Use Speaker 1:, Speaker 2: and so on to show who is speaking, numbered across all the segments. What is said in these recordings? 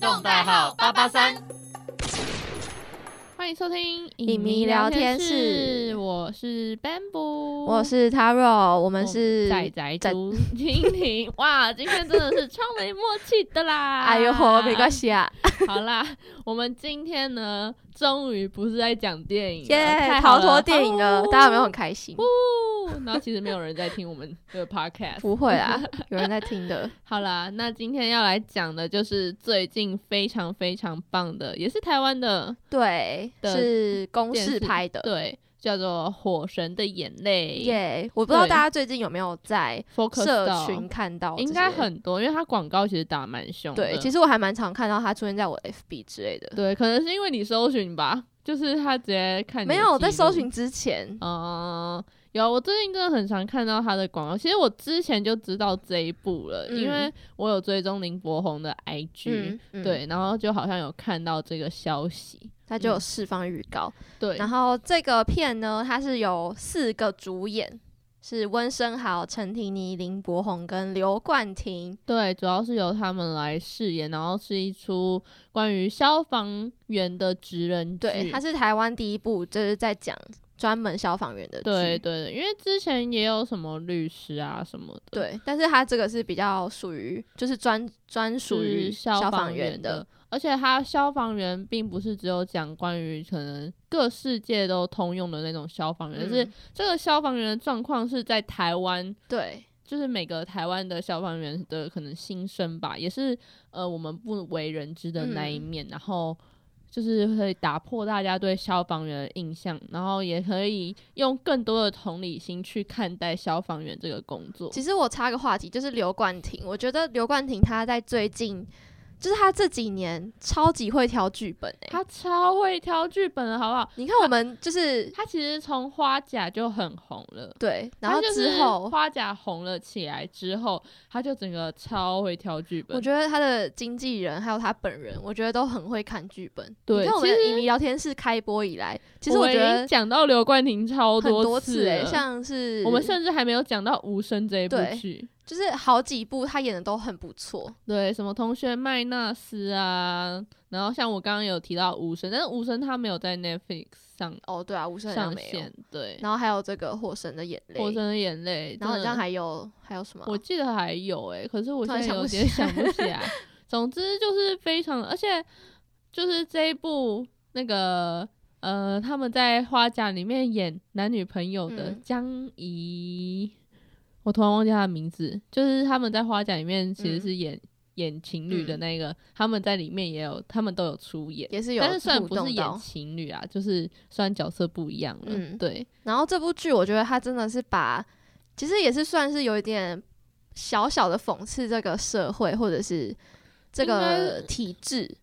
Speaker 1: 动代号八八三。
Speaker 2: 欢迎收听
Speaker 3: 影迷聊天室，
Speaker 2: 我是 Bamboo，
Speaker 3: 我是 Taro，我
Speaker 2: 哦
Speaker 3: 们是
Speaker 2: 仔仔
Speaker 3: 仔
Speaker 2: 猪蜻 蜓。哇，今天真的是超没默契的啦！
Speaker 3: 哎呦呵，没关。系啊，
Speaker 2: 好啦，我们今天呢，终于不是在讲电影了，
Speaker 3: 耶，
Speaker 2: 太好
Speaker 3: 逃
Speaker 2: 了
Speaker 3: 脱电影了，
Speaker 2: 哦
Speaker 3: 大家有没有很 开心？
Speaker 2: 哦然后其实没有人在听我 们的 podcast。
Speaker 3: 不会啊， 有人在听的，
Speaker 2: 好啦，那今天要来讲的就是最近非常非常棒的，也是台湾的
Speaker 3: 对，
Speaker 2: 的
Speaker 3: 是公
Speaker 2: 电
Speaker 3: 式
Speaker 2: 视
Speaker 3: 拍的，
Speaker 2: 对，叫做《火神的眼泪》
Speaker 3: 耶我不知道
Speaker 2: 对
Speaker 3: 大家最近有没有在
Speaker 2: focus
Speaker 3: 社
Speaker 2: 到
Speaker 3: 群看到这些，
Speaker 2: 应该很多，因为它广告其实打蛮凶的。
Speaker 3: 对，其
Speaker 2: 实
Speaker 3: 实我还蛮常看到它出现在我 FB 之类的，
Speaker 2: 对，可能是因为你搜寻吧，就是他直接看你的
Speaker 3: 没有我
Speaker 2: 记录
Speaker 3: 在搜寻。之前，
Speaker 2: 嗯，有，我最近真的很常看到他的广告。其实我之前就知道这一部了，
Speaker 3: 嗯
Speaker 2: 因为我有追踪林柏宏的 IG，、
Speaker 3: 嗯，嗯，
Speaker 2: 对，嗯然后就好像有看到这个消息。
Speaker 3: 它就有释放预告，
Speaker 2: 对，
Speaker 3: 然后这个片呢，它是有四个主演，是温升豪、陈婷妮、林柏宏跟刘冠廷。
Speaker 2: 对，主要是由他们来饰演，然后是一出关于消防员的职人剧。
Speaker 3: 对，它是台湾第一部，就是在讲专门消防员的剧。
Speaker 2: 对对对，因为之前也有什么律师啊什么的，，
Speaker 3: 对但是它这个是比较属于，就是专专属于
Speaker 2: 消
Speaker 3: 防
Speaker 2: 员
Speaker 3: 的。。
Speaker 2: 而且他消防员并不是只有讲关于可能各世界都通用的那种消防员，而是
Speaker 3: 嗯
Speaker 2: 这个消防员的状况是在台湾，
Speaker 3: 对
Speaker 2: 就是每个台湾的消防员的可能心声吧，也是呃我们不为人知的那一
Speaker 3: 嗯
Speaker 2: 面，然后就是会打破大家对消防员的印象，然后也可以用更多的同理心去看待消防员这个工作。
Speaker 3: 其实我插个话题，就是刘冠廷，我觉得刘冠廷他在最近，就是他这几年超级会挑剧本诶、
Speaker 2: 他超会挑剧本的，好不好？
Speaker 3: 你看我们就是
Speaker 2: 他其实从花甲就很红了，
Speaker 3: 对，然后
Speaker 2: 他就是
Speaker 3: 之后
Speaker 2: 花甲红了起来之后，他就整个超会挑剧
Speaker 3: 我
Speaker 2: 本。
Speaker 3: 觉得他的经纪人还有他本人，我觉得都很会看剧本。
Speaker 2: 对
Speaker 3: 你看我们
Speaker 2: 其
Speaker 3: 的
Speaker 2: 实
Speaker 3: 影迷聊天室开播以来，其实我
Speaker 2: 已
Speaker 3: 觉
Speaker 2: 经
Speaker 3: 得
Speaker 2: 讲到刘冠廷超
Speaker 3: 很多
Speaker 2: 次
Speaker 3: 次诶、
Speaker 2: 了
Speaker 3: 像是
Speaker 2: 我们甚至还没有讲到《无声》这一部
Speaker 3: 对
Speaker 2: 剧。
Speaker 3: 就是好几部他演的都很不错。
Speaker 2: 对，什么同学麦纳斯啊，然后像我刚刚有提到《无声》，但是《无声》他没有在 Netflix 上
Speaker 3: 哦，对啊，无声好像
Speaker 2: 上
Speaker 3: 没有
Speaker 2: 线，。对，
Speaker 3: 然后还有这个《火神的眼
Speaker 2: 《
Speaker 3: 泪》，
Speaker 2: 火神的眼泪》，
Speaker 3: 然后好
Speaker 2: 真的
Speaker 3: 像还有还有什么啊？
Speaker 2: 我记得还有诶、可是我
Speaker 3: 突
Speaker 2: 现在
Speaker 3: 然想
Speaker 2: 有
Speaker 3: 不
Speaker 2: 点
Speaker 3: 起来
Speaker 2: 想不起来。总之就是非常，而且就是这一部那个呃，他们在花甲里面演男女朋友的
Speaker 3: 嗯
Speaker 2: 江怡，我突然忘记他的名字，就是他们在花甲里面其实
Speaker 3: 嗯
Speaker 2: 是演、演情侣的
Speaker 3: 嗯
Speaker 2: 那个，他们在里面也有，他们都有出演。
Speaker 3: 也是有
Speaker 2: 但是虽然
Speaker 3: 互
Speaker 2: 不是
Speaker 3: 动
Speaker 2: 演
Speaker 3: 到。
Speaker 2: 情侣啊，就是虽然角色不一样了，
Speaker 3: 嗯
Speaker 2: 对，
Speaker 3: 然后这部剧，我觉得他真的是把，其实也是算是有一点小小的讽刺这个社会或者是这
Speaker 2: 应该
Speaker 3: 个体制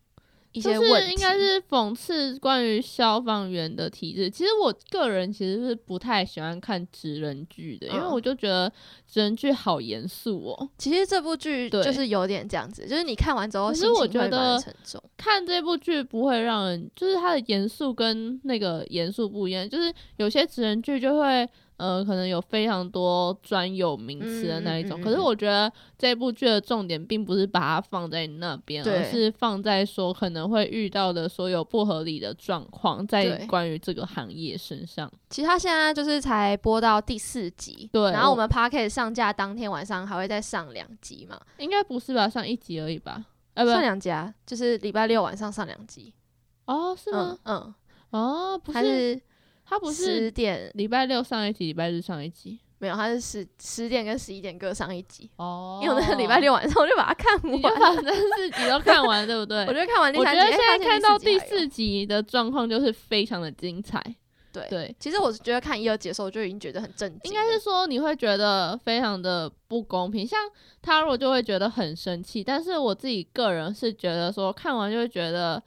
Speaker 3: 一
Speaker 2: 一
Speaker 3: 些问
Speaker 2: 是
Speaker 3: 题，
Speaker 2: 应该是讽刺关于消防员的体制。其实我个人其实是不太喜欢看职人剧的，因为
Speaker 3: 嗯
Speaker 2: 我就觉得职人剧好严肃哦。
Speaker 3: 其实这部剧
Speaker 2: 对
Speaker 3: 就是有点这样子，就是你看完之后
Speaker 2: 可是
Speaker 3: 心
Speaker 2: 我
Speaker 3: 情
Speaker 2: 觉
Speaker 3: 会
Speaker 2: 得
Speaker 3: 蛮沉重。
Speaker 2: 看这部剧不会让人，就是它的严肃跟那个严肃不一样，就是有些职人剧就会。呃，可能有非常多专有名词的那一种，
Speaker 3: 嗯嗯嗯嗯
Speaker 2: 可是我觉得这部剧的重点并不是把它放在那边，
Speaker 3: 对
Speaker 2: 而是放在说可能会遇到的所有不合理的状况，在
Speaker 3: 对
Speaker 2: 关于这个行业身上。
Speaker 3: 其实它现在就是才播到第四集，
Speaker 2: 对
Speaker 3: 然后
Speaker 2: 我
Speaker 3: 我们 p o c a s t 上架当天晚上还会再上两集嘛，
Speaker 2: 应该不是吧？上一集而已吧？呃，
Speaker 3: 上
Speaker 2: 不，
Speaker 3: 两集啊，就是礼拜六晚上上两集，
Speaker 2: 哦，是吗
Speaker 3: 嗯？嗯，
Speaker 2: 哦，不
Speaker 3: 它
Speaker 2: 是，
Speaker 3: 是
Speaker 2: 他不
Speaker 3: 十
Speaker 2: 是
Speaker 3: 点
Speaker 2: 礼拜六上一集，礼拜日上一集。
Speaker 3: 没有，它是十十点跟十一点各上一集，
Speaker 2: 哦
Speaker 3: 因为我那个礼拜，六晚上我就把它看
Speaker 2: 你就
Speaker 3: 完，
Speaker 2: 把那四集都看完，对不对？
Speaker 3: 我就看完第
Speaker 2: 我觉
Speaker 3: 三
Speaker 2: 得现
Speaker 3: 集，哎
Speaker 2: 在
Speaker 3: 发现
Speaker 2: 看到
Speaker 3: 第
Speaker 2: 第
Speaker 3: 集还有
Speaker 2: 四集的状况就是非常的精彩。
Speaker 3: 对
Speaker 2: 对，
Speaker 3: 其实我是觉得看一二集的时候，我就已经觉得很震惊
Speaker 2: 应
Speaker 3: 了，
Speaker 2: 该是说你会觉得非常的不公平，像他如果就会觉得很生气，但是我自己个人是觉得说看完就会觉得，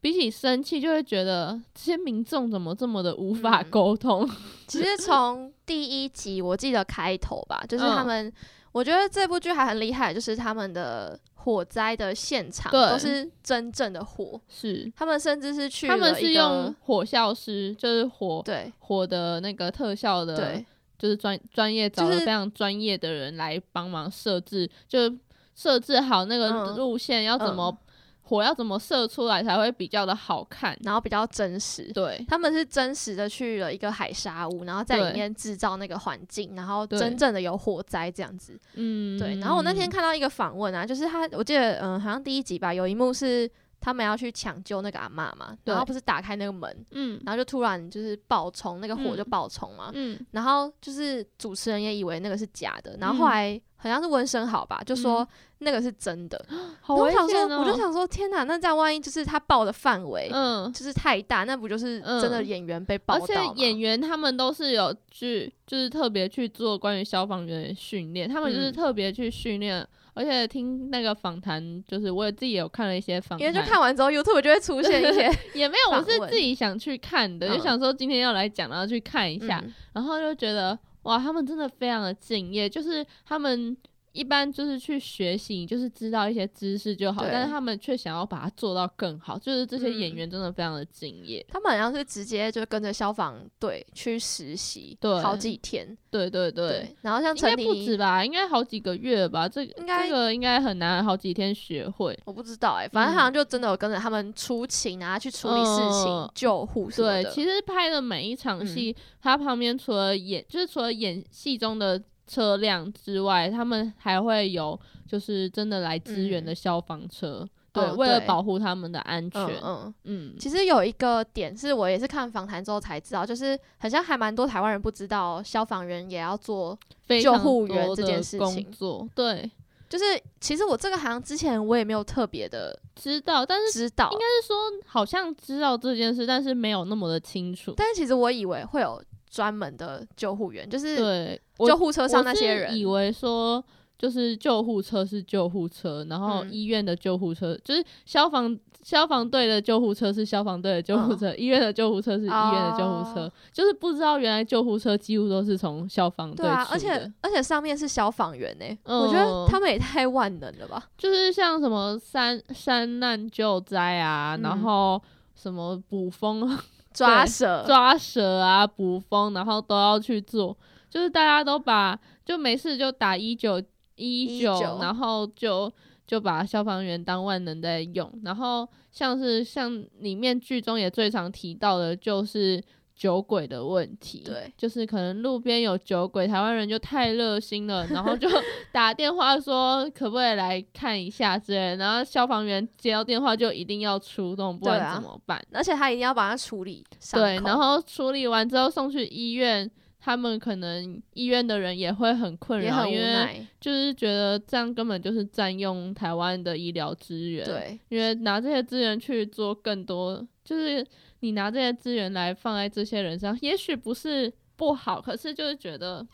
Speaker 2: 比起生气就会觉得这些民众怎么这么的无法
Speaker 3: 嗯
Speaker 2: 沟通，
Speaker 3: 其实从第一集我记得开头吧，就是
Speaker 2: 嗯
Speaker 3: 他们，我觉得这部剧还很厉害，就是他们的火灾的现场
Speaker 2: 对
Speaker 3: 都是真正的火，
Speaker 2: 是
Speaker 3: 他们甚至是去
Speaker 2: 他们
Speaker 3: 了
Speaker 2: 是
Speaker 3: 一
Speaker 2: 用
Speaker 3: 个
Speaker 2: 火效师，就是火
Speaker 3: 对
Speaker 2: 火的那个特效的
Speaker 3: 对，
Speaker 2: 就是专专业找
Speaker 3: 就
Speaker 2: 了
Speaker 3: 是
Speaker 2: 非常专业的人来帮忙设置，就是设置好那个
Speaker 3: 嗯
Speaker 2: 路线要怎么火要怎么射出来才会比较的好看。
Speaker 3: 然后比较真实。
Speaker 2: 对，
Speaker 3: 他们是真实的去了一个海沙屋，然后在
Speaker 2: 对
Speaker 3: 里面制造那个环境，然后
Speaker 2: 对
Speaker 3: 真正的有火灾这样子。
Speaker 2: 嗯，
Speaker 3: 对，然后我那天看到一个访问啊，就是他，我记得嗯，好像第一集吧，有一幕是他们要去抢救那个阿嬷嘛，
Speaker 2: 对
Speaker 3: 然后不是打开那个门，
Speaker 2: 嗯
Speaker 3: 然后就突然就是爆冲，那个火就
Speaker 2: 嗯
Speaker 3: 爆冲嘛。
Speaker 2: 嗯
Speaker 3: 然后就是主持人也以为那个是假的，然后
Speaker 2: 嗯
Speaker 3: 后来好像是温升好吧，就说那个是真的。
Speaker 2: 好
Speaker 3: 我
Speaker 2: 危
Speaker 3: 想
Speaker 2: 险
Speaker 3: 说，
Speaker 2: 哦，
Speaker 3: 我就想哎说，天哪，那这样万一就是他爆的范围、
Speaker 2: 嗯，
Speaker 3: 就是太大，那不就是真的
Speaker 2: 嗯
Speaker 3: 演员被爆
Speaker 2: 而
Speaker 3: 到
Speaker 2: 且
Speaker 3: 吗
Speaker 2: 演员他们都是有去，就是特别去做关于消防员的训练，他们就是
Speaker 3: 嗯
Speaker 2: 特别去训练，而且听那个访谈，就是我也自己有看了一些访
Speaker 3: 因
Speaker 2: 谈，
Speaker 3: 为就看完之后 YouTube 就会出现 一些
Speaker 2: 也没有，我是
Speaker 3: 访问
Speaker 2: 自己想去看的，
Speaker 3: 嗯
Speaker 2: 就想说今天要来讲，然后去看一下，
Speaker 3: 嗯
Speaker 2: 然后就觉得哇，他们真的非常的敬业，就是他们。一般就是去学习，就是知道一些知识就好，
Speaker 3: 对
Speaker 2: 但是他们却想要把它做到更好，就是这些演
Speaker 3: 嗯
Speaker 2: 员真的非常的敬业。
Speaker 3: 他们好像是直接就跟着消防队去实习，
Speaker 2: 对
Speaker 3: 好几天，
Speaker 2: 对对
Speaker 3: 对。
Speaker 2: 对，
Speaker 3: 然后像
Speaker 2: 应该
Speaker 3: 陈
Speaker 2: 不
Speaker 3: 婷
Speaker 2: 止，吧，应该好几个月吧。这个
Speaker 3: 应该
Speaker 2: 这个应该很难，好几天学会。
Speaker 3: 我不知道哎、反
Speaker 2: 嗯
Speaker 3: 正好像就真的有跟着他们出勤啊，去处理事情、
Speaker 2: 嗯
Speaker 3: 救护什么
Speaker 2: 对
Speaker 3: 的。，
Speaker 2: 其实拍的每一场
Speaker 3: 嗯
Speaker 2: 戏，他旁边除了演，就是除了演戏中的车辆之外，他们还会有就是真的来支援的消防车，对，
Speaker 3: 嗯哦
Speaker 2: 为了
Speaker 3: 对
Speaker 2: 保护他们的安全。
Speaker 3: 嗯嗯。
Speaker 2: 嗯
Speaker 3: 其实有一个点是我也是看访谈之后才知道，就是好像还蛮多台湾人不知道消防员也要做，
Speaker 2: 非常
Speaker 3: 救护员
Speaker 2: 多
Speaker 3: 这
Speaker 2: 的
Speaker 3: 件事
Speaker 2: 工
Speaker 3: 情
Speaker 2: 作，对，
Speaker 3: 就是其实我这个好像之前我也没有特别的
Speaker 2: 知道，但是
Speaker 3: 知道，
Speaker 2: 就是说好像知道这件事，但是没有那么的清楚。
Speaker 3: 但是其实我以为会有专门的救护员，就是
Speaker 2: 对，我
Speaker 3: 救护车
Speaker 2: 我
Speaker 3: 上那些
Speaker 2: 是以
Speaker 3: 人，
Speaker 2: 为说就是救护车是救护车，然后
Speaker 3: 嗯
Speaker 2: 医院的救护车、就是消防消防队的救护车是消防队的救护车、医院的救护车是医院的救护车、
Speaker 3: 嗯哦
Speaker 2: 就是不知道原来救护车几乎都是从消防队
Speaker 3: 对啊，
Speaker 2: 出
Speaker 3: 而
Speaker 2: 的
Speaker 3: 且而且上面是消防员呢、
Speaker 2: 嗯
Speaker 3: 我觉得他们也太万能了吧，
Speaker 2: 就是像什么山山难救灾啊，
Speaker 3: 嗯
Speaker 2: 然后。什么捕风、
Speaker 3: 抓蛇，
Speaker 2: 抓蛇啊、捕风，然后都要去做，就是大家都把就没事就打一九一九，
Speaker 3: 19
Speaker 2: 然后就就把消防员当万能在用。然后像是像里面剧中也最常提到的就是酒鬼的问题，
Speaker 3: 对，
Speaker 2: 就是可能路边有酒鬼，台湾人就太热心了，然后就 打电话说可不可以来看一下之类的，然后消防员接到电话就一定要出动，不
Speaker 3: 对
Speaker 2: 然
Speaker 3: 啊
Speaker 2: 怎么办？
Speaker 3: 而且他一定要把它处理伤口，
Speaker 2: 对，然后处理完之后送去医院，他们可能医院的人也会很困
Speaker 3: 也
Speaker 2: 扰，
Speaker 3: 很无
Speaker 2: 因为
Speaker 3: 奈，
Speaker 2: 就是觉得这样根本就是占用台湾的医疗资源。，
Speaker 3: 对，
Speaker 2: 因为拿这些资源去做更多，就是你拿这些资源来放在这些人上，也许不是不好，可是就是觉得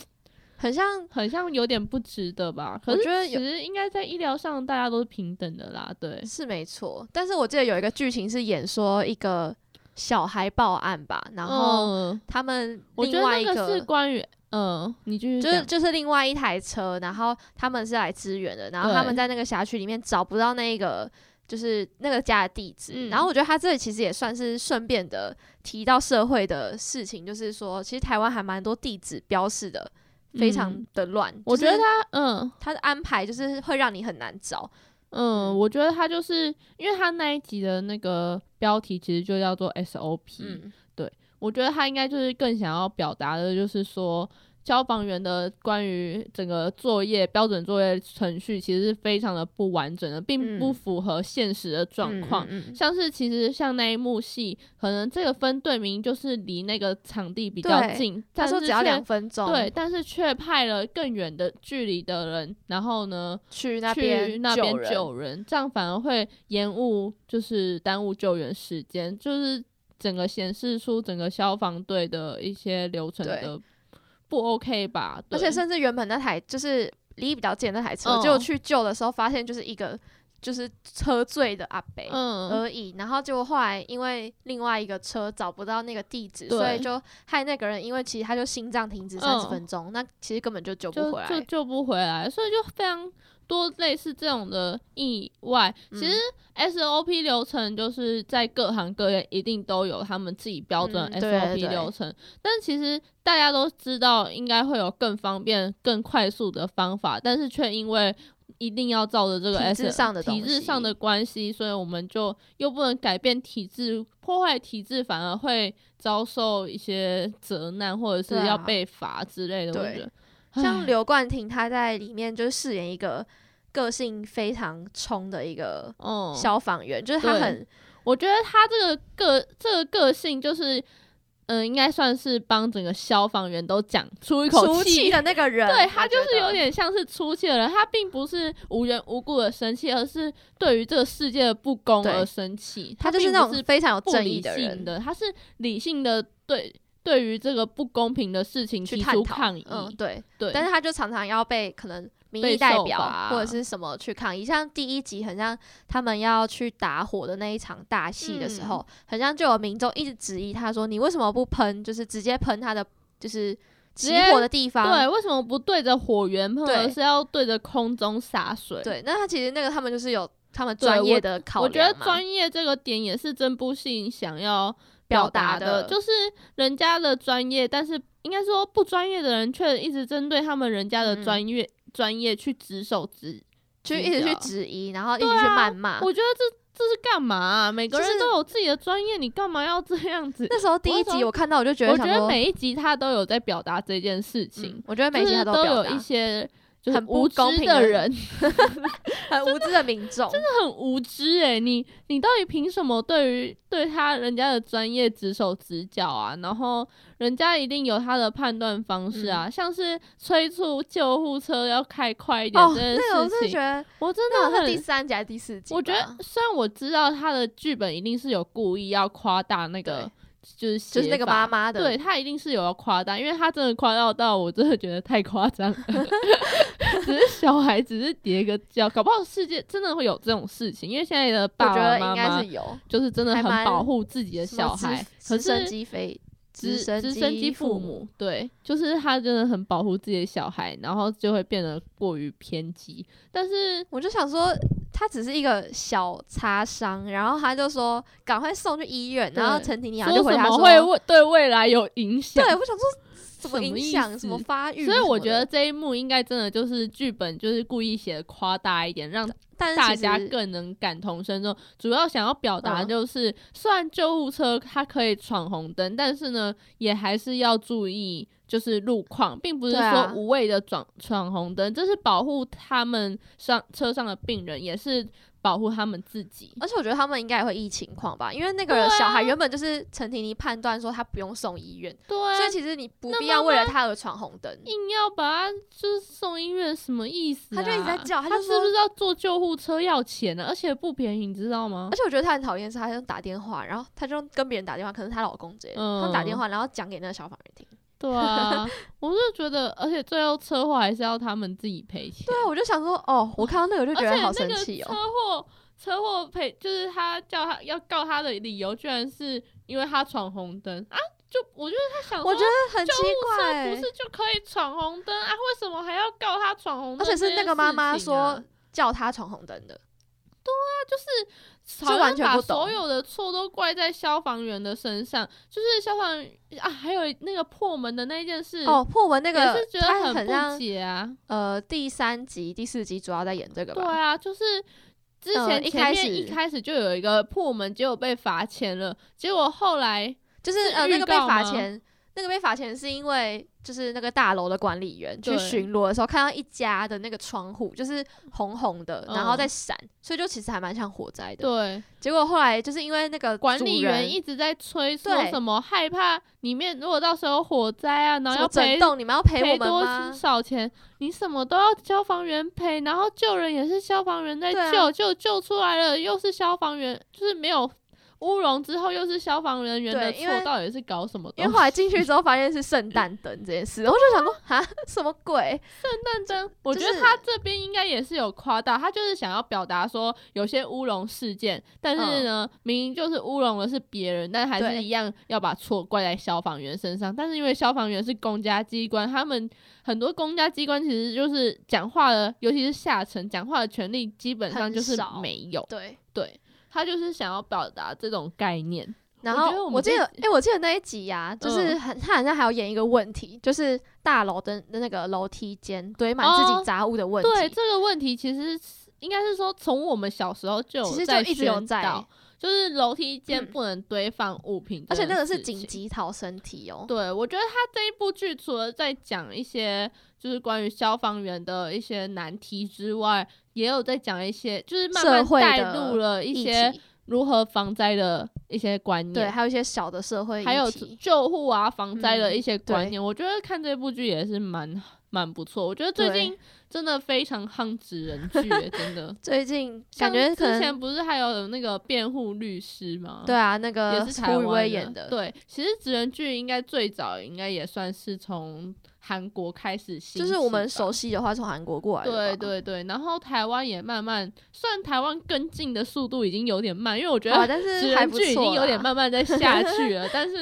Speaker 3: 很像
Speaker 2: 很像有点不值得吧。
Speaker 3: 我
Speaker 2: 可是
Speaker 3: 觉得
Speaker 2: 其实应该在医疗上大家都是平等的啦，对。
Speaker 3: 是没错，但是我记得有一个剧情是演说一个小孩报案吧，然后
Speaker 2: 嗯、
Speaker 3: 他们
Speaker 2: 我觉
Speaker 3: 另
Speaker 2: 得
Speaker 3: 外一
Speaker 2: 那
Speaker 3: 个
Speaker 2: 个是关于嗯，你继续
Speaker 3: 就
Speaker 2: 讲
Speaker 3: 是就是另外一台车，然后他们是来支援的，然后
Speaker 2: 对
Speaker 3: 他们在那个辖区里面找不到那个就是那个家的地址，
Speaker 2: 嗯
Speaker 3: 然后我觉得他这里其实也算是顺便的提到社会的事情，就是说其实台湾还蛮多地址标示的。非常
Speaker 2: 嗯
Speaker 3: 的乱，
Speaker 2: 我觉得
Speaker 3: 他
Speaker 2: 嗯
Speaker 3: 他的安排就是会让你很难找，
Speaker 2: 嗯，我觉得他就是因为他那一集的那个标题其实就叫做 SOP，、
Speaker 3: 嗯，
Speaker 2: 我觉得他应该就是更想要表达的就是说。消防员的关于整个作业标准作业程序其实是非常的不完整的，并
Speaker 3: 嗯
Speaker 2: 不符合现实的状况。
Speaker 3: 嗯嗯嗯
Speaker 2: 像是其实像那一幕戏，可能这个分队名就是离那个场地比较
Speaker 3: 对
Speaker 2: 近，
Speaker 3: 他
Speaker 2: 但
Speaker 3: 说
Speaker 2: 是
Speaker 3: 只要
Speaker 2: 却
Speaker 3: 两分钟，
Speaker 2: 对，，但是却派了更远的距离的人，然后呢，
Speaker 3: 去那
Speaker 2: 去
Speaker 3: 边
Speaker 2: 那边
Speaker 3: 人
Speaker 2: 救人，这样反而会延误，就是耽误救援时间，就是整个显示出整个消防队的一些流程
Speaker 3: 对
Speaker 2: 的不 OK 吧？对
Speaker 3: 而且甚至原本那台就是离比较近的那台车，
Speaker 2: 嗯
Speaker 3: 结果去救的时候发现就是一个就是喝醉的阿北
Speaker 2: 嗯，
Speaker 3: 而已，然后结果后来因为另外一个车找不到那个地址，
Speaker 2: 对
Speaker 3: 所以就害那个人，因为其实他就心脏停止三十
Speaker 2: 嗯
Speaker 3: 分钟，那其实根本就救不
Speaker 2: 就
Speaker 3: 回来。
Speaker 2: 就救不回来，所以就非常多类似这种的意外。
Speaker 3: 嗯
Speaker 2: 其实 SOP 流程就是在各行各业一定都有他们自己标准的
Speaker 3: 嗯对对
Speaker 2: SOP
Speaker 3: 对
Speaker 2: 流程，但其实大家都知道应该会有更方便、更快速的方法，但是却因为一定要照着这个
Speaker 3: 体
Speaker 2: S
Speaker 3: 制上的东
Speaker 2: 体制上
Speaker 3: 西
Speaker 2: 的关系，所以我们就又不能改变体制，破坏体制反而会遭受一些责难，或者
Speaker 3: 对
Speaker 2: 是
Speaker 3: 啊
Speaker 2: 要被罚之类的。我
Speaker 3: 对
Speaker 2: 觉得，
Speaker 3: 像
Speaker 2: 唉
Speaker 3: 刘冠廷，他在里面就是饰演一个个性非常冲的一个
Speaker 2: 嗯，
Speaker 3: 消防员，就是他
Speaker 2: 对
Speaker 3: 很
Speaker 2: 我觉得他这个个这个个性就是，嗯、应该算是帮整个消防员都讲出一口
Speaker 3: 出气的那个人，
Speaker 2: 对
Speaker 3: 我
Speaker 2: 他就
Speaker 3: 觉
Speaker 2: 是有
Speaker 3: 得
Speaker 2: 点像是出气的人，他并不是无缘无故的生气，而是对于这个世界的不公
Speaker 3: 对
Speaker 2: 而生气。
Speaker 3: 他就是
Speaker 2: 并
Speaker 3: 那
Speaker 2: 不
Speaker 3: 种非常有
Speaker 2: 不
Speaker 3: 正义
Speaker 2: 理
Speaker 3: 的
Speaker 2: 性
Speaker 3: 人，
Speaker 2: 的，他是理性的对对于这个不公平的事情
Speaker 3: 去
Speaker 2: 提
Speaker 3: 探
Speaker 2: 出
Speaker 3: 讨
Speaker 2: 抗议。
Speaker 3: 嗯，对。
Speaker 2: 对，
Speaker 3: 但是他就常常要被可能民
Speaker 2: 被
Speaker 3: 意代
Speaker 2: 受
Speaker 3: 表
Speaker 2: 罚
Speaker 3: 啊或者是什么去抗议，像第一集很像他们要去打火的那一场大戏的时
Speaker 2: 嗯
Speaker 3: 候，很像就有民众一直质疑他说：“你为什么不喷？就是直接喷他的，就是
Speaker 2: 直
Speaker 3: 起
Speaker 2: 接
Speaker 3: 火的地方。
Speaker 2: 对，为什么不对着火源喷，
Speaker 3: 对
Speaker 2: 而是要对着空中洒水？”
Speaker 3: 对，那他其实那个他们就是有他们
Speaker 2: 对
Speaker 3: 专业
Speaker 2: 我
Speaker 3: 的考
Speaker 2: 我觉得
Speaker 3: 量嘛
Speaker 2: 专业这个点也是这部戏想要
Speaker 3: 表
Speaker 2: 达
Speaker 3: 达
Speaker 2: 的，
Speaker 3: 的
Speaker 2: 就是人家的专业，但是应该说不专业的人却一直针对他们人家的
Speaker 3: 嗯
Speaker 2: 专业专、业去指手指。
Speaker 3: 就
Speaker 2: 指
Speaker 3: 一直 去
Speaker 2: 教
Speaker 3: 质疑，然后一直
Speaker 2: 对
Speaker 3: 去
Speaker 2: 啊
Speaker 3: 谩骂。
Speaker 2: 我觉得这这是干嘛啊、每个
Speaker 3: 就
Speaker 2: 人
Speaker 3: 是
Speaker 2: 都有自己的专业，你干嘛要这样子？
Speaker 3: 那时候第
Speaker 2: 我
Speaker 3: 一
Speaker 2: 那时候
Speaker 3: 集我看到我就 觉
Speaker 2: 我
Speaker 3: 得
Speaker 2: 觉
Speaker 3: 想
Speaker 2: 得
Speaker 3: 说，
Speaker 2: 每一集他都有在表达这件事情
Speaker 3: 嗯，我觉得每一
Speaker 2: 就
Speaker 3: 集
Speaker 2: 是
Speaker 3: 他
Speaker 2: 都
Speaker 3: 表
Speaker 2: 有
Speaker 3: 达
Speaker 2: 一些就是
Speaker 3: 很不
Speaker 2: 无知
Speaker 3: 公平
Speaker 2: 的
Speaker 3: 的
Speaker 2: 人，
Speaker 3: 很无知的民 众，
Speaker 2: 很无知诶、你你到底凭什么对于对他人家的专业指手指脚啊？然后人家一定有他的判断方式
Speaker 3: 嗯
Speaker 2: 啊，像是催促救护车要开快一点
Speaker 3: 哦，
Speaker 2: 这件
Speaker 3: 那个我
Speaker 2: 事
Speaker 3: 是
Speaker 2: 情，
Speaker 3: 觉得，
Speaker 2: 我真
Speaker 3: 那
Speaker 2: 的
Speaker 3: 好像第
Speaker 2: 很。
Speaker 3: 三集还是第四集吧？
Speaker 2: 我觉得，虽然我知道他的剧本一定是有故意要夸大那个，就是就
Speaker 3: 就是那个妈妈的，
Speaker 2: 对，他一定是有要夸大，因为他真的夸大到我真的觉得太夸张了。 只是小孩只是叠个跤，搞不好世界真的会有这种事情，因为现在的
Speaker 3: 我
Speaker 2: 爸
Speaker 3: 觉
Speaker 2: 爸
Speaker 3: 得
Speaker 2: 妈
Speaker 3: 应该
Speaker 2: 妈
Speaker 3: 是有
Speaker 2: 就是真的
Speaker 3: 还
Speaker 2: 很
Speaker 3: 蛮
Speaker 2: 保护自己的
Speaker 3: 什么
Speaker 2: 小
Speaker 3: 直
Speaker 2: 孩，可
Speaker 3: 直升
Speaker 2: 是
Speaker 3: 机飞，
Speaker 2: 直直升
Speaker 3: 升
Speaker 2: 机父
Speaker 3: 父
Speaker 2: 母，对，就是他真的很保护自己的小孩，然后就会变得过于偏激。但是
Speaker 3: 我就想说。他只是一个小擦伤，然后他就说赶快送去医院，然后
Speaker 2: 对
Speaker 3: 陈婷妮啊
Speaker 2: 说
Speaker 3: 就回
Speaker 2: 什
Speaker 3: 他
Speaker 2: 么
Speaker 3: 说，
Speaker 2: 会未对未来有影响？
Speaker 3: 对，我想说什么
Speaker 2: 什么
Speaker 3: 影
Speaker 2: 意
Speaker 3: 响，什么
Speaker 2: 思
Speaker 3: 发育什
Speaker 2: 所
Speaker 3: 么的，
Speaker 2: 以我觉得这一幕应该真的就是剧本，就是故意写的夸大一点，让
Speaker 3: 但是
Speaker 2: 大
Speaker 3: 其
Speaker 2: 家
Speaker 3: 实
Speaker 2: 更能感同身受。主要想要表达
Speaker 3: 嗯
Speaker 2: 就是，虽然救护车它可以闯红灯，但是呢，也还是要注意就是路况，并不是
Speaker 3: 对啊
Speaker 2: 说无谓的闯闯红灯，这是保护他们上车上的病人，也是保护他们自己。
Speaker 3: 而且我觉得他们应该也会依情况吧，因为那个
Speaker 2: 对啊
Speaker 3: 小孩原本就是陈婷妮判断说他不用送医院，
Speaker 2: 对啊
Speaker 3: 所以其实你不
Speaker 2: 那
Speaker 3: 必
Speaker 2: 妈
Speaker 3: 要为了他而闯红灯。
Speaker 2: 硬要把他就是送医院，什么意思、啊？
Speaker 3: 他就一直在叫他
Speaker 2: 他
Speaker 3: 就说
Speaker 2: 是不是要坐救护车要钱呢？而且不便宜，你知道吗
Speaker 3: 而？且我觉得他很讨厌是，他就打电话，然后他就跟别人打电话，可能是她老公之类的，
Speaker 2: 嗯
Speaker 3: 他打电话然后讲给那个消防员听。
Speaker 2: 对啊，我就觉得，而且最后车祸还是要他们自己赔钱。
Speaker 3: 对啊，我就想说，哦，我看到那个我就
Speaker 2: 而
Speaker 3: 觉
Speaker 2: 且
Speaker 3: 得好
Speaker 2: 那
Speaker 3: 生
Speaker 2: 个
Speaker 3: 气
Speaker 2: 车
Speaker 3: 哦。
Speaker 2: 祸车祸赔，就是他叫他要告他的理由，居然是因为他闯红灯啊！就我觉得他想说，
Speaker 3: 我觉得很奇
Speaker 2: 救护
Speaker 3: 怪、
Speaker 2: 车
Speaker 3: 欸
Speaker 2: 不是就可以闯红灯啊？为什么还要告他闯红
Speaker 3: 而
Speaker 2: 灯、
Speaker 3: 且是那个妈妈说
Speaker 2: 啊，
Speaker 3: 叫他闯红灯的，
Speaker 2: 好像
Speaker 3: 完全
Speaker 2: 把
Speaker 3: 不懂
Speaker 2: 所有的错都怪在消防员的身上，就是消防员啊，还有那个破门的那件事
Speaker 3: 哦，破文那
Speaker 2: 也
Speaker 3: 个
Speaker 2: 是觉
Speaker 3: 他
Speaker 2: 得
Speaker 3: 很
Speaker 2: 不
Speaker 3: 像
Speaker 2: 解啊。
Speaker 3: 呃第三集、第四集主要在演这个吧？
Speaker 2: 对啊，就是之
Speaker 3: 呃
Speaker 2: 前
Speaker 3: 一
Speaker 2: 前
Speaker 3: 开
Speaker 2: 面
Speaker 3: 始
Speaker 2: 一开始就有一个破门，结果被罚钱了，结果后来
Speaker 3: 就是
Speaker 2: 是
Speaker 3: 呃
Speaker 2: 预
Speaker 3: 那个被
Speaker 2: 告
Speaker 3: 罚
Speaker 2: 吗
Speaker 3: 钱，那个被罚钱是因为就是那个大楼的管理员去
Speaker 2: 对
Speaker 3: 巡逻的时候看到一家的那个窗户就是红红的，然后
Speaker 2: 嗯
Speaker 3: 在闪，所以就其实还蛮像火灾的。
Speaker 2: 对
Speaker 3: 结果后来就是因为那个
Speaker 2: 管
Speaker 3: 主
Speaker 2: 理
Speaker 3: 人
Speaker 2: 员一直在催说
Speaker 3: 对
Speaker 2: 什么害怕里面如果到时候火灾啊，然后
Speaker 3: 什
Speaker 2: 要
Speaker 3: 么
Speaker 2: 赔
Speaker 3: 整栋，你们要赔我
Speaker 2: 赔
Speaker 3: 们
Speaker 2: 多
Speaker 3: 吗？
Speaker 2: 少钱，你什么都要消防员赔，然后救人也是消防员在
Speaker 3: 对啊
Speaker 2: 救，救救出来了又是消防员，就是没有。乌龙之后又是消防人员的
Speaker 3: 对因为
Speaker 2: 错，到底是搞什么东
Speaker 3: 因为
Speaker 2: 西？
Speaker 3: 后来进去之后发现 是圣诞灯这件事，我就想说啊，什么鬼？
Speaker 2: 认真，我
Speaker 3: 就
Speaker 2: 觉得
Speaker 3: 是
Speaker 2: 他这边应该也是有夸大，他就是想要表达说有些乌龙事件，但是呢，明明就是乌龙的是别人，但还是
Speaker 3: 嗯对
Speaker 2: 一样要把错怪在消防员身上。但是因为消防员是公家机关，他们很多公家机关其实就是讲话的，尤其是下层讲话的权利基本上
Speaker 3: 很
Speaker 2: 就是
Speaker 3: 少
Speaker 2: 没有。
Speaker 3: 对，
Speaker 2: 对他就是想要表达这种概念，
Speaker 3: 然
Speaker 2: 我觉得
Speaker 3: 后
Speaker 2: 我
Speaker 3: 我
Speaker 2: 们
Speaker 3: 记
Speaker 2: 这
Speaker 3: 得，哎、我记得那一集呀、就是
Speaker 2: 嗯
Speaker 3: 很他好像还有演一个问题，就是大楼的的那个楼梯间堆满自
Speaker 2: 哦
Speaker 3: 己杂物的问题。
Speaker 2: 对这个问题，其实是应该是说从我们小时候就
Speaker 3: 其实
Speaker 2: 有
Speaker 3: 就
Speaker 2: 在
Speaker 3: 一直有
Speaker 2: 宣
Speaker 3: 在
Speaker 2: 导，就是楼梯间
Speaker 3: 嗯
Speaker 2: 不能堆放物品，
Speaker 3: 而且那个是紧。急逃生题哦。
Speaker 2: 对，我觉得他这一部剧除了在讲一些就是关于消防员的一些难题之外，也有在讲一些就是慢
Speaker 3: 社
Speaker 2: 慢
Speaker 3: 会
Speaker 2: 带
Speaker 3: 的
Speaker 2: 入了一
Speaker 3: 议
Speaker 2: 些
Speaker 3: 题
Speaker 2: 如何防灾的一些观
Speaker 3: 对，
Speaker 2: 念，
Speaker 3: 还有一些小的社会议题，嗯
Speaker 2: 还有救护啊、防灾的一些观
Speaker 3: 对
Speaker 2: 念。我觉得看这部剧也是蛮蛮不错。我觉得最
Speaker 3: 对
Speaker 2: 近真的非常夯职人剧耶，真的
Speaker 3: 最近
Speaker 2: 像
Speaker 3: 感觉可
Speaker 2: 之
Speaker 3: 能
Speaker 2: 前不是还有那个辩护律师吗？
Speaker 3: 对。啊，那
Speaker 2: 也
Speaker 3: 个
Speaker 2: 是台
Speaker 3: 胡宇威
Speaker 2: 湾
Speaker 3: 演
Speaker 2: 的，
Speaker 3: 的，
Speaker 2: 对，其实职人剧应该最早应该也算是从韩国开始兴
Speaker 3: 就
Speaker 2: 起吧，
Speaker 3: 是我们熟悉的话从韩国过来的
Speaker 2: 对
Speaker 3: 吧，
Speaker 2: 对对，然后台湾也慢慢，虽然台湾跟进的速度已经有点慢，因为我觉
Speaker 3: 啊，
Speaker 2: 得
Speaker 3: 但
Speaker 2: 职
Speaker 3: 是还
Speaker 2: 人
Speaker 3: 不
Speaker 2: 剧已
Speaker 3: 错
Speaker 2: 经有点
Speaker 3: 啦，
Speaker 2: 慢慢在下去 了，但是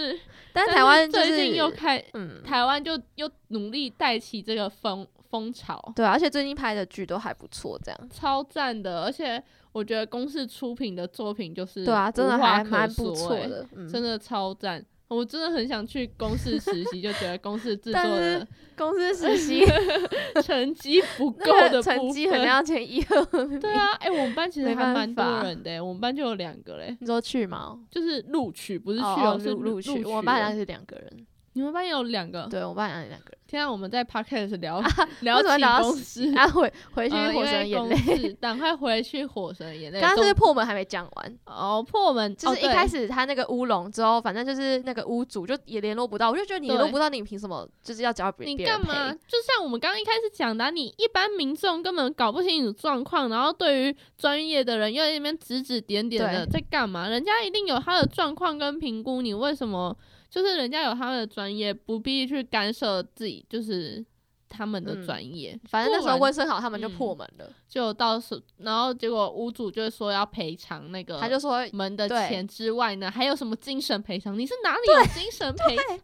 Speaker 3: 但是
Speaker 2: 但
Speaker 3: 台湾就
Speaker 2: 最
Speaker 3: 是
Speaker 2: 近又开，
Speaker 3: 嗯，
Speaker 2: 台湾就又努力带起这个风风潮，
Speaker 3: 对啊，而且最近拍的剧都还不错，这样
Speaker 2: 超赞的，而且我觉得公式出品的作品就是
Speaker 3: 对啊，真的
Speaker 2: 无话
Speaker 3: 还
Speaker 2: 可
Speaker 3: 蛮不
Speaker 2: 说
Speaker 3: 错
Speaker 2: 欸
Speaker 3: 的，嗯，
Speaker 2: 真的超赞。我真的很想去公司实习，就觉得公司制作
Speaker 3: 但
Speaker 2: 的
Speaker 3: 公司实习
Speaker 2: 成绩不够
Speaker 3: 那
Speaker 2: 的
Speaker 3: 个成绩
Speaker 2: 部
Speaker 3: 很
Speaker 2: 分
Speaker 3: 像前一 二名，
Speaker 2: 对啊，哎、我们班其实
Speaker 3: 没
Speaker 2: 还
Speaker 3: 办
Speaker 2: 蛮多
Speaker 3: 法
Speaker 2: 人的、欸我们班就有两个嘞，
Speaker 3: 你说去吗？
Speaker 2: 就是录取不是去
Speaker 3: 哦，哦
Speaker 2: 是
Speaker 3: 录录取，我们班
Speaker 2: 班
Speaker 3: 好像是两个人，
Speaker 2: 你们班有两个？
Speaker 3: 对我们班好像是两个人，
Speaker 2: 天啊，我们在 podcast 聊、
Speaker 3: 为
Speaker 2: 聊
Speaker 3: 什么
Speaker 2: 起
Speaker 3: 聊到
Speaker 2: 公
Speaker 3: 实
Speaker 2: 司，
Speaker 3: 然后回回去
Speaker 2: 呃
Speaker 3: 火神的眼泪，，
Speaker 2: 因为公司赶快回去火神的眼泪。
Speaker 3: 刚刚是不是
Speaker 2: 总
Speaker 3: 破门还没讲完？
Speaker 2: 哦，破门
Speaker 3: 就是一开
Speaker 2: 始、
Speaker 3: 始他那个乌龙之后，反正就是那个屋主就也联络不到，我就觉得你联络
Speaker 2: 对
Speaker 3: 不到，你凭什么就是要交别
Speaker 2: 你
Speaker 3: 别
Speaker 2: 干
Speaker 3: 人
Speaker 2: 嘛
Speaker 3: 赔？？
Speaker 2: 就像我们刚刚一开始讲的啊、你一般民众根本搞不清楚状况，然后对于专业的人又在那边指指点点的，在干嘛？人家一定有他的状况跟评估，你为什么就是人家有他们的专业，不必去干涉自己，就是他们的
Speaker 3: 嗯
Speaker 2: 专业。
Speaker 3: 反正那时候
Speaker 2: 不然
Speaker 3: 温升好他们就
Speaker 2: 嗯
Speaker 3: 破门了，
Speaker 2: 就到时，然后结果屋主就说要赔偿那个，
Speaker 3: 他就说哦
Speaker 2: 门的
Speaker 3: 对
Speaker 2: 钱之外呢，还有什么精神赔偿？你是哪里有精神赔偿？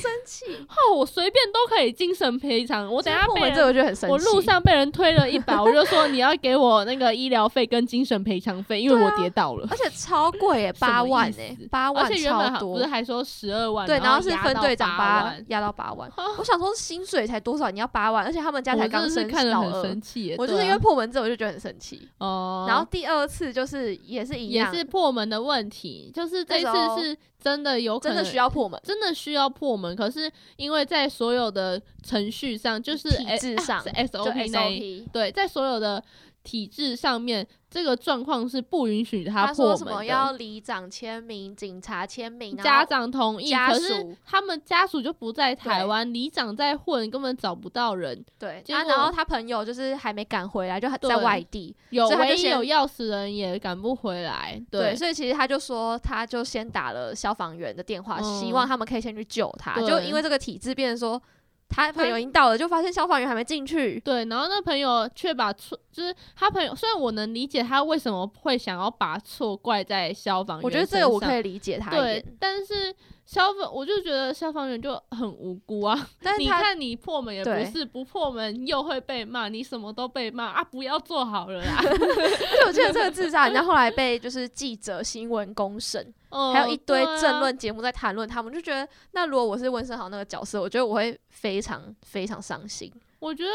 Speaker 3: 生气。
Speaker 2: 哦，我随便都可以精神赔偿。我等下
Speaker 3: 破
Speaker 2: 被
Speaker 3: 门这个
Speaker 2: 人，
Speaker 3: 我就很生气。
Speaker 2: 我路上被人推了一 把，我就说你要给我那个医疗费跟精神赔偿费，因为
Speaker 3: 对
Speaker 2: 我
Speaker 3: 啊
Speaker 2: 跌倒了。
Speaker 3: 而且超贵 耶，
Speaker 2: 什么
Speaker 3: 八万
Speaker 2: 意思
Speaker 3: 哎，八
Speaker 2: 而
Speaker 3: 万
Speaker 2: 且原本
Speaker 3: 超
Speaker 2: 好不是
Speaker 3: 多。
Speaker 2: 还说十二万，
Speaker 3: 对，然后是
Speaker 2: 压
Speaker 3: 分
Speaker 2: 到
Speaker 3: 队长
Speaker 2: 八
Speaker 3: 八
Speaker 2: 万，
Speaker 3: 压到八万
Speaker 2: 啊。
Speaker 3: 我想说薪水才多少，你要八万，而且他 们家才
Speaker 2: 我
Speaker 3: 刚
Speaker 2: 真的是
Speaker 3: 升
Speaker 2: 看
Speaker 3: 小
Speaker 2: 得很
Speaker 3: 二
Speaker 2: 生。气耶。
Speaker 3: 我就
Speaker 2: 对
Speaker 3: 是因
Speaker 2: 啊
Speaker 3: 为破门之后我就觉得很生气。
Speaker 2: 哦，
Speaker 3: 然后第二次就是也是一
Speaker 2: 也
Speaker 3: 样，
Speaker 2: 是破门的问题，就是这
Speaker 3: 那时候
Speaker 2: 次是真的有可
Speaker 3: 真
Speaker 2: 能
Speaker 3: 的需要破 门，
Speaker 2: 真的需要破门，可是因为在所有的程序上，就是
Speaker 3: 体
Speaker 2: S-
Speaker 3: 制上
Speaker 2: 是
Speaker 3: 就
Speaker 2: SOP 那一
Speaker 3: SOP。
Speaker 2: 对，在所有的体制上面，这个状况是不允许
Speaker 3: 他
Speaker 2: 破
Speaker 3: 说
Speaker 2: 门
Speaker 3: 什
Speaker 2: 的。
Speaker 3: 么要里长签名、警察签名，然
Speaker 2: 家
Speaker 3: 后
Speaker 2: 长同意，
Speaker 3: 家
Speaker 2: 可是
Speaker 3: 属
Speaker 2: 他们家属就不在台
Speaker 3: 对
Speaker 2: 湾，里长在混，根本找不到人。
Speaker 3: 对
Speaker 2: 结
Speaker 3: 啊，
Speaker 2: 果
Speaker 3: 然后他朋友就是还没赶回来，就还在
Speaker 2: 对
Speaker 3: 外地，
Speaker 2: 有
Speaker 3: 所以他就
Speaker 2: 唯一
Speaker 3: 先
Speaker 2: 有钥匙的人也赶不回来。
Speaker 3: 对，
Speaker 2: 对，
Speaker 3: 所以其实他就说，他就先打了消防员的电话，
Speaker 2: 嗯
Speaker 3: 希望他们可以先去救他，
Speaker 2: 对
Speaker 3: 就因为这个体制变成说。他朋
Speaker 2: 他
Speaker 3: 友已经到了，就发现消防员还没进去，
Speaker 2: 对，然后那朋友却把错，就是他朋友，虽然我能理解他为什么会想要把错怪在消防员，
Speaker 3: 我觉得这个我
Speaker 2: 以。
Speaker 3: 可以理解他一
Speaker 2: 对
Speaker 3: 点，，
Speaker 2: 但是消防，我就觉得消防员就很无辜啊！
Speaker 3: 但是
Speaker 2: 你
Speaker 3: 他
Speaker 2: 看你破门也不
Speaker 3: 对
Speaker 2: 是，不破门又会被骂，你什么都被骂啊！不要做好了啊啦。
Speaker 3: 就 我记得这个自杀，人家后来被就是记者新闻公审，
Speaker 2: 嗯
Speaker 3: 还有一堆政，
Speaker 2: 对啊
Speaker 3: 论节目在谈论他们，就觉得那如果我是温升豪那个角色，我觉得我会非常非常伤心，
Speaker 2: 我觉得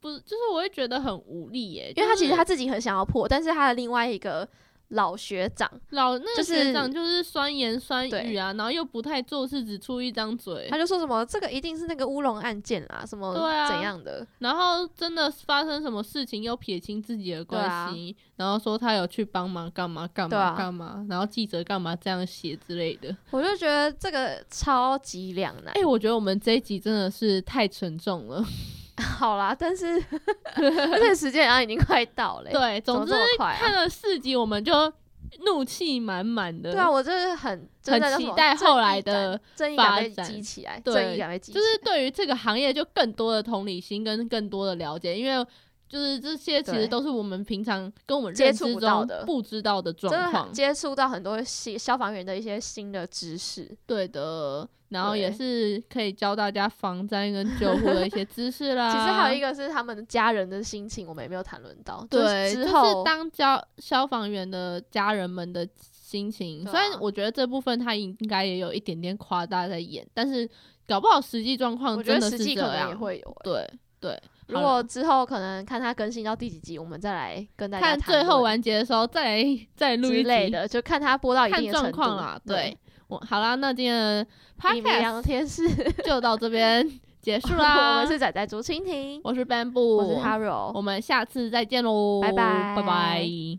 Speaker 2: 不就是我会觉得很无力耶、
Speaker 3: 因为
Speaker 2: 就
Speaker 3: 他其实
Speaker 2: 是
Speaker 3: 他自己很想要破，但是他的另外一个老学长，
Speaker 2: 老那个
Speaker 3: 就
Speaker 2: 学
Speaker 3: 是
Speaker 2: 长就是酸言酸语
Speaker 3: 对
Speaker 2: 啊，然后又不太做事，只出一张嘴
Speaker 3: 他，就说什么这个一定是那个乌龙案件啦，什么
Speaker 2: 对啊
Speaker 3: 怎样的，
Speaker 2: 然后真的发生什么事情又撇清自己的关系，然后说他有去帮忙干嘛干
Speaker 3: 啊对
Speaker 2: 嘛
Speaker 3: 啊
Speaker 2: 干嘛，然后记者干嘛这样写之类的。
Speaker 3: 我就觉得这个超级两难。
Speaker 2: 哎、我觉得我们这一集真的是太沉重了。
Speaker 3: 好啦，但是而且时间好像已经快到了、欸，
Speaker 2: 对，
Speaker 3: 怎么
Speaker 2: 总之
Speaker 3: 这么快
Speaker 2: 看
Speaker 3: 啊？
Speaker 2: 了四集，我们就怒气满满的。
Speaker 3: 对啊，我真的很
Speaker 2: 很
Speaker 3: 真的叫什么
Speaker 2: 期待后来的
Speaker 3: 正义感正义
Speaker 2: 发
Speaker 3: 感
Speaker 2: 展
Speaker 3: 被激起来，
Speaker 2: 对
Speaker 3: 正义感被激起
Speaker 2: 就
Speaker 3: 来，
Speaker 2: 是对于这个行业就更多的同理心跟更多的了解，因为。就是这些其实
Speaker 3: 对
Speaker 2: 都是我们平常跟我们
Speaker 3: 接
Speaker 2: 认
Speaker 3: 触
Speaker 2: 知
Speaker 3: 不到
Speaker 2: 中
Speaker 3: 的
Speaker 2: 不知道的状
Speaker 3: 真的
Speaker 2: 况
Speaker 3: 很，接触到很多新消防员的一些新的知识。
Speaker 2: 对的。然后
Speaker 3: 对
Speaker 2: 也是可以教大家防灾跟救护的一些知识啦。
Speaker 3: 其实还有一个是他们家人的心情，我们也没有谈论到。就是
Speaker 2: 对，
Speaker 3: 之
Speaker 2: 就
Speaker 3: 后
Speaker 2: 是当消消防员的家人们的心情。
Speaker 3: 对啊
Speaker 2: 虽然我觉得这部分他应该也有一点点夸大在演，但是搞不好实际状况
Speaker 3: 我觉
Speaker 2: 真
Speaker 3: 得
Speaker 2: 的
Speaker 3: 实
Speaker 2: 是
Speaker 3: 际
Speaker 2: 这
Speaker 3: 可能也
Speaker 2: 样。
Speaker 3: 会有欸、
Speaker 2: 对对，
Speaker 3: 如
Speaker 2: 好了
Speaker 3: 果之后可能看它更新到第几集，我们再来跟大家
Speaker 2: 看
Speaker 3: 谈
Speaker 2: 最后
Speaker 3: 论
Speaker 2: 完结的时候再来再录一
Speaker 3: 之类
Speaker 2: 集，
Speaker 3: 的，就看它播到一
Speaker 2: 看
Speaker 3: 定的程
Speaker 2: 状
Speaker 3: 度
Speaker 2: 况啦。对，，我好啦，那今天的
Speaker 3: 你们
Speaker 2: podcast
Speaker 3: 两天是
Speaker 2: 就到这 边结束
Speaker 3: 我
Speaker 2: 啦。
Speaker 3: 们是仔仔竹蜻蜓，
Speaker 2: 我是 Bamboo，
Speaker 3: 我是 Haro，
Speaker 2: 我们下次再见喽，
Speaker 3: 拜拜
Speaker 2: 拜拜。